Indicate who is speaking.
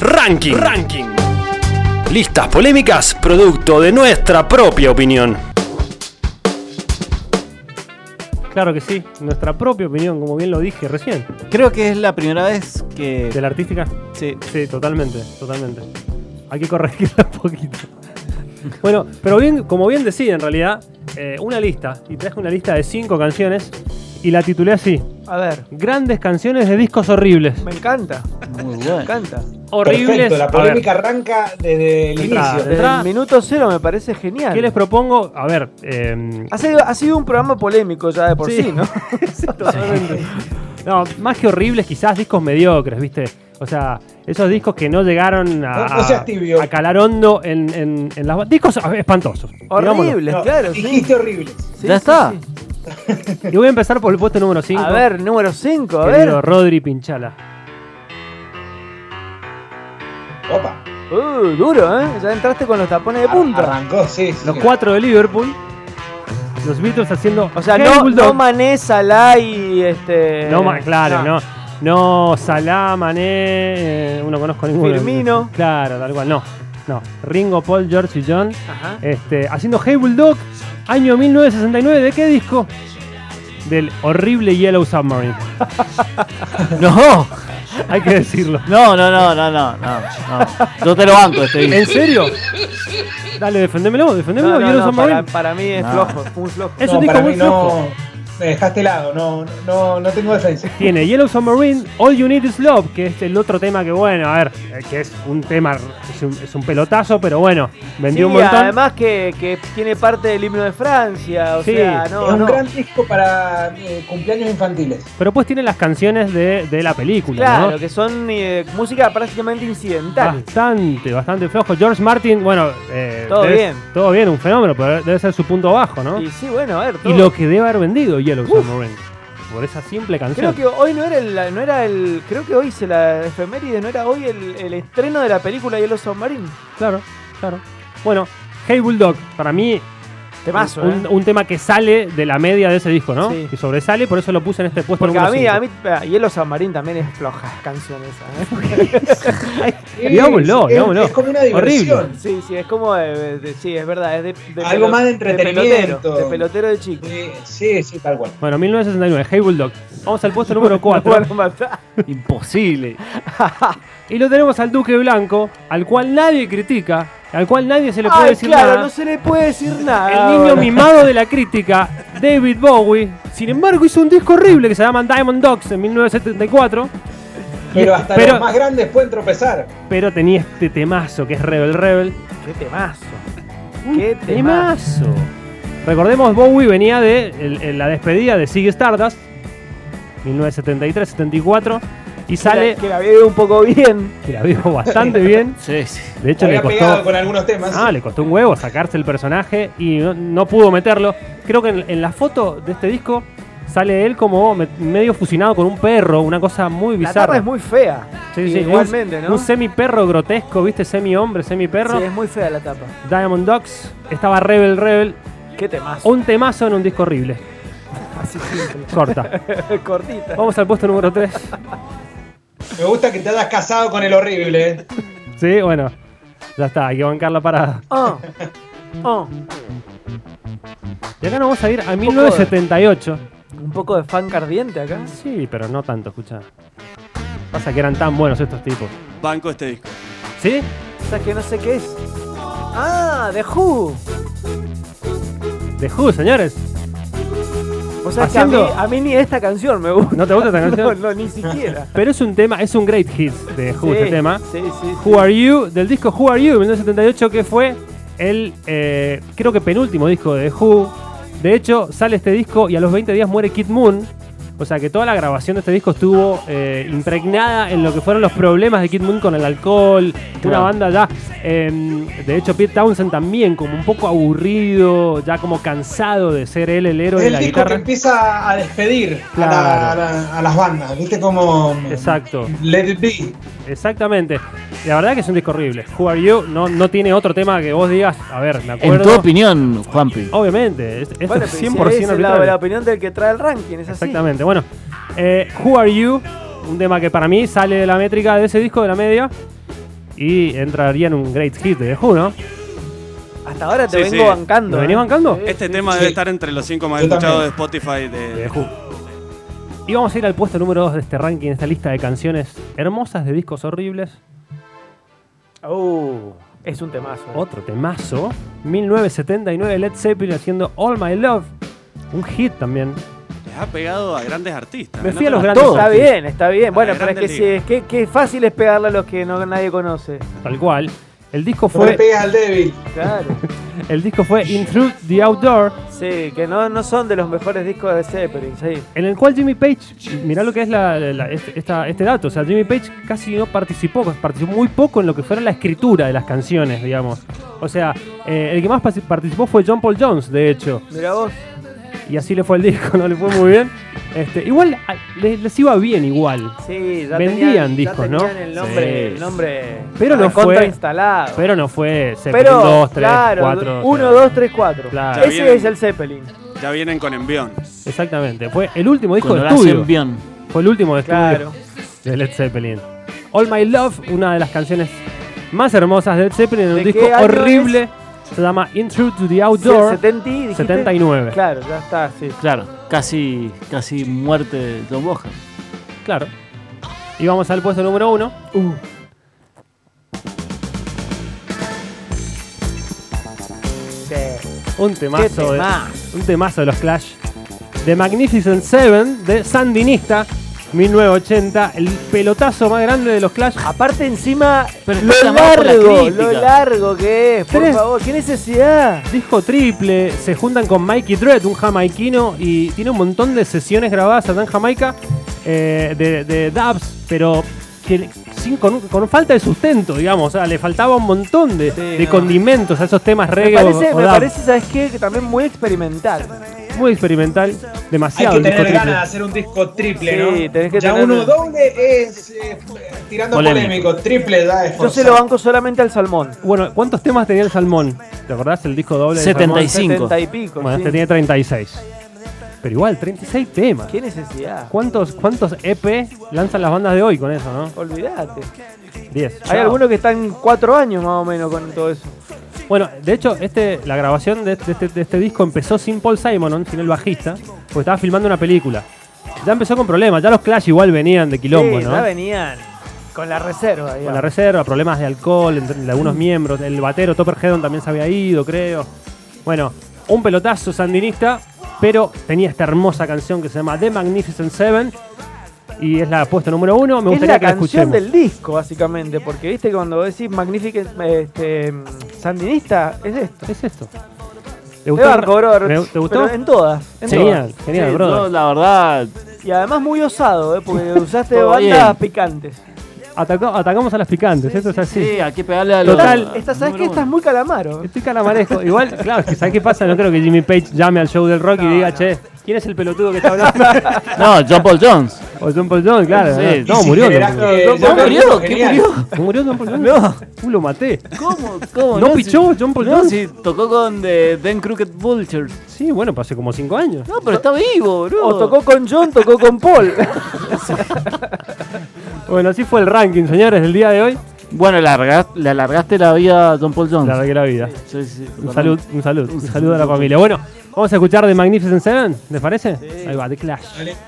Speaker 1: Ranking. Ranking. Listas polémicas, producto de nuestra propia opinión.
Speaker 2: Claro que sí, nuestra propia opinión, como bien lo dije recién.
Speaker 3: Creo que es la primera vez que.
Speaker 2: ¿De la artística?
Speaker 3: Sí.
Speaker 2: Sí, totalmente, totalmente. Hay que corregirla un poquito. Bueno, pero bien, como bien decía en realidad, eh, una lista, y traje una lista de cinco canciones, y la titulé así,
Speaker 4: A ver,
Speaker 2: Grandes canciones de discos horribles.
Speaker 4: me encanta,
Speaker 3: Muy
Speaker 4: me
Speaker 3: bueno.
Speaker 4: encanta.
Speaker 2: Horribles.
Speaker 5: Perfecto,
Speaker 2: A
Speaker 5: la
Speaker 2: ver,
Speaker 5: polémica arranca desde el
Speaker 2: Entrada,
Speaker 5: inicio.
Speaker 2: de
Speaker 4: Desde
Speaker 2: entrada,
Speaker 4: el minuto cero me parece genial.
Speaker 2: ¿Qué les propongo? A ver, eh,
Speaker 4: Ha sido, ha sido un programa polémico ya de por
Speaker 2: Sí.
Speaker 4: sí, ¿no?
Speaker 2: totalmente. No, más que horribles, quizás discos mediocres, ¿viste? O sea, esos discos que no llegaron a,
Speaker 5: No- no seas tibio.
Speaker 2: a calar hondo en, en- en las. ba- Discos a ver, espantosos. digámoslo.
Speaker 4: Horribles,
Speaker 5: No,
Speaker 4: claro. sí.
Speaker 5: dijiste horrible.
Speaker 4: Sí,
Speaker 3: ya
Speaker 4: sí,
Speaker 3: está.
Speaker 4: sí.
Speaker 2: Y voy a empezar por el puesto número 5.
Speaker 4: A ver, número 5, a ver.
Speaker 2: Rodri Pinchala.
Speaker 5: Opa.
Speaker 4: Uh, duro, ¿eh? Ya entraste con los tapones de punta.
Speaker 5: Arrancó, sí. sí.
Speaker 2: Los cuatro de Liverpool. Los Beatles haciendo.
Speaker 4: O sea,
Speaker 2: Hey
Speaker 4: no,
Speaker 2: Bulldog.
Speaker 4: no Mané, Salah y este...
Speaker 2: No, ma- claro,
Speaker 4: no.
Speaker 2: no. No, Salah, Mané, eh, no conozco ninguno.
Speaker 4: Firmino.
Speaker 2: Claro, tal cual, no. No, Ringo, Paul, George y John.
Speaker 4: Ajá.
Speaker 2: Este, haciendo Hey Bulldog, año 1969, ¿de qué disco? Del horrible Yellow Submarine.
Speaker 3: No,
Speaker 2: Hay que decirlo.
Speaker 3: no, no, no, no, no, no. no. Yo te lo banco este
Speaker 2: ¿En
Speaker 3: disco.
Speaker 2: serio? Dale, defendémelo,
Speaker 4: No,
Speaker 2: defendémelo,
Speaker 4: no,
Speaker 2: Yellow
Speaker 4: no, para,
Speaker 2: Submarine.
Speaker 4: para mí es
Speaker 3: No.
Speaker 4: flojo, fue un flojo.
Speaker 2: Es
Speaker 5: no,
Speaker 2: un disco
Speaker 5: para
Speaker 2: muy
Speaker 5: mí
Speaker 2: flojo.
Speaker 5: no. Me dejaste helado, no, no, no tengo defensa.
Speaker 2: Tiene Yellow Submarine, All You Need Is Love, que es el otro tema que, bueno, a ver, eh, que es un tema, es un, es un pelotazo, pero bueno, vendió un
Speaker 4: Sí,
Speaker 2: montón.
Speaker 4: además que, que tiene parte del himno de Francia, o
Speaker 2: Sí.
Speaker 4: sea,
Speaker 5: es
Speaker 4: no,
Speaker 5: un
Speaker 4: no.
Speaker 5: gran disco para eh, cumpleaños infantiles.
Speaker 2: Pero pues tiene las canciones de, de la película,
Speaker 4: Claro,
Speaker 2: ¿no?
Speaker 4: que son eh, música prácticamente
Speaker 2: Ah,
Speaker 4: incidental.
Speaker 2: Bastante, bastante flojo. George Martin, bueno, eh,
Speaker 4: Todo
Speaker 2: debe-
Speaker 4: bien.
Speaker 2: Todo bien, un fenómeno, pero debe ser su punto bajo, ¿no?
Speaker 4: Y
Speaker 2: Y,
Speaker 4: sí, bueno, a ver, todo.
Speaker 2: lo que debe haber vendido Yellow Submarine por esa simple canción.
Speaker 4: Creo que hoy no era el, no era el, creo que hoy se la efeméride, no era hoy el, el estreno de la película Yellow Submarine.
Speaker 2: Claro, claro. Bueno, Hey Bulldog, para mí,
Speaker 4: Temazo,
Speaker 2: un,
Speaker 4: ¿eh?
Speaker 2: un tema que sale de la media de ese disco, ¿no?
Speaker 4: Sí.
Speaker 2: Y sobresale, por eso lo puse en este puesto
Speaker 4: Porque a
Speaker 2: número
Speaker 4: mí,
Speaker 2: cinco.
Speaker 4: a mí, vea, Yellow Submarine también es floja canción esa, ¿eh?
Speaker 5: Sí,
Speaker 2: Digámoslo,
Speaker 5: es-
Speaker 2: digámoslo.
Speaker 5: Es como una diversión.
Speaker 2: Horrible.
Speaker 4: Sí, sí, es como de, de- de- sí, es verdad, es de, de
Speaker 5: Algo
Speaker 4: pelo-
Speaker 5: más de entretenimiento.
Speaker 4: pelotero, de pelotero de chico.
Speaker 5: Sí, sí, sí, tal cual.
Speaker 2: Bueno, 1969, Hey Bulldog. Vamos al puesto número 4.
Speaker 4: Bueno, basta.
Speaker 3: Imposible.
Speaker 2: Y lo tenemos al Duque Blanco, al cual nadie critica, al cual nadie se le puede
Speaker 4: Ay,
Speaker 2: decir
Speaker 4: claro,
Speaker 2: nada.
Speaker 4: no se le puede decir nada.
Speaker 2: El niño
Speaker 4: ahora.
Speaker 2: mimado de la crítica, David Bowie. Sin embargo, hizo un disco horrible que se llama Diamond Dogs en 1974.
Speaker 5: Pero hasta
Speaker 2: Pero-
Speaker 5: los más grandes pueden tropezar.
Speaker 2: Pero tenía este temazo que es Rebel Rebel.
Speaker 4: Qué temazo.
Speaker 2: Un
Speaker 4: Qué
Speaker 2: temazo. Recordemos, Bowie venía de el- el- la despedida de Sigue Stardust, 1973-74. Y sale,
Speaker 4: Que la, que la vive un poco bien.
Speaker 2: que la vio bastante bien.
Speaker 3: Sí, sí.
Speaker 2: De hecho, le
Speaker 5: Había pegado
Speaker 2: costó,
Speaker 5: con algunos temas.
Speaker 2: Ah, le costó un huevo sacarse el personaje y no, no pudo meterlo. Creo que en, en la foto de este disco sale él como me- medio fusionado con un perro, una cosa muy
Speaker 4: La
Speaker 2: bizarra.
Speaker 4: tapa es muy fea.
Speaker 2: Sí, sí,
Speaker 4: Igualmente,
Speaker 2: un,
Speaker 4: ¿no?
Speaker 2: Un semi perro grotesco, viste, semi hombre, semi perro.
Speaker 4: Sí, es muy fea la tapa.
Speaker 2: Diamond Dogs, estaba Rebel Rebel,
Speaker 4: Qué temazo.
Speaker 2: un temazo en un disco horrible.
Speaker 4: Así simple.
Speaker 2: Corta.
Speaker 4: Cortita.
Speaker 2: Vamos al puesto número 3.
Speaker 5: Me gusta que te hayas casado con el horrible. ¿eh?
Speaker 2: Sí, bueno, ya está, hay que bancar la parada.
Speaker 4: Oh. Oh.
Speaker 2: Y acá nos vamos a ir a
Speaker 4: de-
Speaker 2: 1978.
Speaker 4: Un poco de fan ardiente acá.
Speaker 2: Sí, pero no tanto, escucha. Pasa que eran tan buenos estos tipos.
Speaker 6: Banco este disco.
Speaker 2: ¿Sí?
Speaker 4: O sea que no sé qué es. Ah, de Who.
Speaker 2: The Who, señores.
Speaker 4: O sea que a mí,
Speaker 2: Haciendo-
Speaker 4: a mí ni esta canción me gusta.
Speaker 2: ¿No te gusta esta
Speaker 4: No,
Speaker 2: canción?
Speaker 4: no, ni siquiera.
Speaker 2: Pero es un tema, es un great hit de Who este
Speaker 4: Sí,
Speaker 2: tema.
Speaker 4: Sí, sí.
Speaker 2: Who este Are You, del disco Who Are You, 1978, que fue el, eh, creo que penúltimo disco de Who. De hecho, sale este disco y a los 20 días muere Kid Moon. O sea que toda la grabación de este disco estuvo eh, impregnada en lo que fueron los problemas de Kid Moon con el alcohol. Una
Speaker 3: Claro.
Speaker 2: banda ya, eh, de hecho, Pete Townsend también, como un poco aburrido, ya como cansado de ser él el héroe
Speaker 5: Es
Speaker 2: de
Speaker 5: el
Speaker 2: la
Speaker 5: disco que
Speaker 2: guitarra.
Speaker 5: empieza a despedir a la-
Speaker 2: Claro.
Speaker 5: a, la- a las bandas. ¿Viste como. mm,
Speaker 2: Exacto.
Speaker 5: Let it be.
Speaker 2: Exactamente. La verdad que es un disco horrible. Who Are You no, no tiene otro tema que vos digas, a ver, me acuerdo.
Speaker 3: En tu opinión, Juanpi.
Speaker 2: Obviamente, es- esto
Speaker 4: Bueno,
Speaker 2: es
Speaker 4: pero
Speaker 2: 100%
Speaker 4: si es la-
Speaker 2: arbitrario.
Speaker 4: la, opinión del que trae el ranking, es así.
Speaker 2: Exactamente. Bueno, eh, Who Are You, un tema que para mí sale de la métrica de ese disco de la media. Y y entraría en un great hit de The Who, ¿no?
Speaker 4: Hasta ahora te
Speaker 6: Sí,
Speaker 4: vengo
Speaker 6: sí.
Speaker 4: bancando.
Speaker 2: ¿Lo
Speaker 4: ¿eh?
Speaker 2: venís bancando?
Speaker 4: Sí,
Speaker 6: Este
Speaker 4: sí,
Speaker 6: tema
Speaker 5: sí.
Speaker 6: debe estar entre los cinco más
Speaker 5: Yo
Speaker 6: escuchados de
Speaker 5: también.
Speaker 6: Spotify
Speaker 2: De
Speaker 6: de.
Speaker 2: The Who. Y vamos a ir al puesto número 2 de este ranking, de esta lista de canciones hermosas de discos horribles.
Speaker 4: Uh, es un temazo. ¿eh?
Speaker 2: Otro temazo. 1979 Led Zeppelin haciendo All My Love. Un hit también.
Speaker 6: Les ha pegado a grandes artistas.
Speaker 2: Me
Speaker 6: ¿no?
Speaker 2: fui a los
Speaker 6: Pero-
Speaker 2: grandes
Speaker 4: Está
Speaker 2: artistas.
Speaker 4: bien, está bien. Bueno,
Speaker 6: la
Speaker 4: pero es que,
Speaker 6: grande
Speaker 4: sí, es que, que fácil es pegarle a los que no, nadie conoce.
Speaker 2: Tal cual. El disco
Speaker 5: No le
Speaker 2: fue,
Speaker 5: pegues al débil.
Speaker 4: Claro.
Speaker 2: el disco fue Intrude the Outdoor,
Speaker 4: sí, que no, no son de los mejores discos de Zeppelin, sí.
Speaker 2: en el cual Jimmy Page, mirá lo que es la- la- este, esta- este dato, o sea, Jimmy Page casi no participó, pues participó muy poco en lo que fuera la escritura de las canciones, digamos. O sea, eh, el que más pas- participó fue John Paul Jones, de hecho,
Speaker 4: Mira vos.
Speaker 2: y así le fue el disco, no le fue muy bien. Este, igual a- les, les iba bien igual,
Speaker 4: Sí, ya
Speaker 2: Vendían
Speaker 4: tenían,
Speaker 2: discos,
Speaker 4: ya
Speaker 2: ¿no?
Speaker 4: tenían el nombre,
Speaker 2: Sí.
Speaker 4: el nombre
Speaker 2: Pero no
Speaker 4: recontra
Speaker 2: fue-
Speaker 4: instalado.
Speaker 2: pero no fue Zeppelin
Speaker 4: Pero,
Speaker 2: 2, 3,
Speaker 4: claro,
Speaker 2: 4.
Speaker 4: 1, 2, 3, 4.
Speaker 2: Claro.
Speaker 6: Ya
Speaker 4: Ese
Speaker 6: viene.
Speaker 4: es el Zeppelin.
Speaker 6: Ya vienen con envión.
Speaker 2: Exactamente, fue el último disco
Speaker 3: Con
Speaker 2: de
Speaker 3: Horacio
Speaker 2: estudio.
Speaker 3: Envión.
Speaker 2: Fue el último de estudio.
Speaker 4: Claro.
Speaker 2: de Led Zeppelin. All My Love, una de las canciones más hermosas de Led Zeppelin en un
Speaker 4: ¿De
Speaker 2: disco
Speaker 4: qué año
Speaker 2: horrible. Se llama Intrude to the Outdoor.
Speaker 4: 70 y dijiste?
Speaker 2: 79.
Speaker 4: Claro, ya está, sí.
Speaker 3: Claro, casi, casi muerte de John Bohan.
Speaker 2: Claro. Y vamos al puesto número uno.
Speaker 4: Uh, Sí.
Speaker 2: Un temazo, de,
Speaker 4: tema.
Speaker 2: un temazo de los Clash. The Magnificent Seven de Sandinista, 1980. El pelotazo más grande de los Clash.
Speaker 4: Aparte encima,
Speaker 3: Pero está
Speaker 4: lo
Speaker 3: llamado por la
Speaker 4: largo,
Speaker 3: crítica.
Speaker 4: lo largo que es, por
Speaker 2: Tres.
Speaker 4: favor, qué necesidad.
Speaker 2: Disco triple, se juntan con Mikey Dredd, un jamaiquino, y tiene un montón de sesiones grabadas allá en Jamaica eh, de, de dubs, pero que- sin- con, con falta de sustento, digamos. O sea, le faltaba un montón de, de
Speaker 4: no.
Speaker 2: condimentos a esos temas
Speaker 4: Me
Speaker 2: reggae o-
Speaker 4: parece,
Speaker 2: o
Speaker 4: me
Speaker 2: dub.
Speaker 4: parece, ¿sabes qué? Que también muy experimental.
Speaker 2: Muy experimental,
Speaker 5: Hay
Speaker 2: demasiado
Speaker 5: que
Speaker 2: el disco
Speaker 5: tener
Speaker 2: triple.
Speaker 5: ganas de hacer un disco triple, ¿no?
Speaker 4: Sí, tenés que
Speaker 5: ya
Speaker 4: tener-
Speaker 5: uno doble es eh, tirando
Speaker 3: Polémico.
Speaker 5: polémico. triple da
Speaker 4: Yo se lo banco solamente al salmón.
Speaker 2: Bueno, ¿cuántos temas tenía el Salmón? ¿Te acordás el disco doble? del Salmón?
Speaker 3: 75. Cinco.
Speaker 4: 70 y pico.
Speaker 2: Bueno,
Speaker 4: sí.
Speaker 2: este tiene 36. Pero igual, 36 temas.
Speaker 4: Qué necesidad.
Speaker 2: ¿Cuántos, ¿Cuántos EP lanzan las bandas de hoy con eso, no?
Speaker 4: Olvídate.
Speaker 2: 10.
Speaker 4: Hay algunos que están cuatro años más o menos con todo eso.
Speaker 2: Bueno, de hecho, este, la grabación de este, de este- de este disco empezó sin Paul Simon, sino el bajista, porque estaba filmando una película. Ya empezó con problemas, ya los Clash igual venían de quilombo,
Speaker 4: sí,
Speaker 2: ¿no?
Speaker 4: ya venían con la reserva,
Speaker 2: Con la
Speaker 4: digamos.
Speaker 2: reserva, problemas de alcohol entre de
Speaker 4: Mm.
Speaker 2: algunos miembros, el batero Topper Hedon también se había ido, creo. Bueno, un pelotazo sandinista, pero tenía esta hermosa canción que se llama The Magnificent Seven y es la puesta número uno. Me
Speaker 4: Que es la
Speaker 2: gustaría que la
Speaker 4: canción
Speaker 2: escuchemos.
Speaker 4: del disco, básicamente, porque viste cuando decís Magnificent este, mm, Sandinista, es esto.
Speaker 2: Es esto. ¿Te
Speaker 4: Te banco, brother.
Speaker 2: ¿Te- ¿Te gustó?
Speaker 4: Pero en todas. en
Speaker 2: Genial,
Speaker 4: todas.
Speaker 2: genial,
Speaker 3: Sí,
Speaker 2: brother.
Speaker 3: yo, la verdad,
Speaker 4: Y además muy osado, ¿eh? porque usaste
Speaker 3: Todo
Speaker 4: bandas
Speaker 3: bien.
Speaker 4: picantes.
Speaker 2: Atacó- atacamos a las picantes, eso es así.
Speaker 3: sí, hay que pegarle a
Speaker 2: Total,
Speaker 3: los-
Speaker 4: Esta, ¿Sabes
Speaker 3: número
Speaker 4: qué? Esta es
Speaker 3: uno.
Speaker 4: muy calamaro.
Speaker 2: Estoy calamaresco. Igual, claro, es que ¿sabes qué pasa? No creo que Jimmy Page llame al show del rock y diga, che, ¿quién es el pelotudo que está hablando?
Speaker 3: No, John Paul Jones.
Speaker 2: o John Paul Jones, claro. eh,
Speaker 3: Sí,
Speaker 2: no, no, murió. John Paul
Speaker 3: ¿No murió? ¿Qué murió?
Speaker 2: Jones. ¿Murió John Paul Jones? No. Uh, lo maté.
Speaker 3: ¿Cómo? ¿Cómo?
Speaker 2: ¿No
Speaker 3: si-
Speaker 2: pichó John Paul
Speaker 3: No,
Speaker 2: Jones?
Speaker 3: sí, tocó con The Dan Crooked Vultures.
Speaker 2: Sí, bueno, pasé como cinco años.
Speaker 3: No, pero está vivo, bro.
Speaker 4: O tocó con John, tocó con Paul.
Speaker 2: Bueno, así fue el ranking, señores, del día de hoy.
Speaker 3: Bueno, le alargaste, le alargaste la vida a John Paul Jones.
Speaker 2: La verdad que la vida.
Speaker 3: Sí, sí,
Speaker 2: Un salud, un salud, un saludo a la familia. Bueno, vamos a escuchar de Magnificent Seven, ¿les parece? Ahí va, The Clash.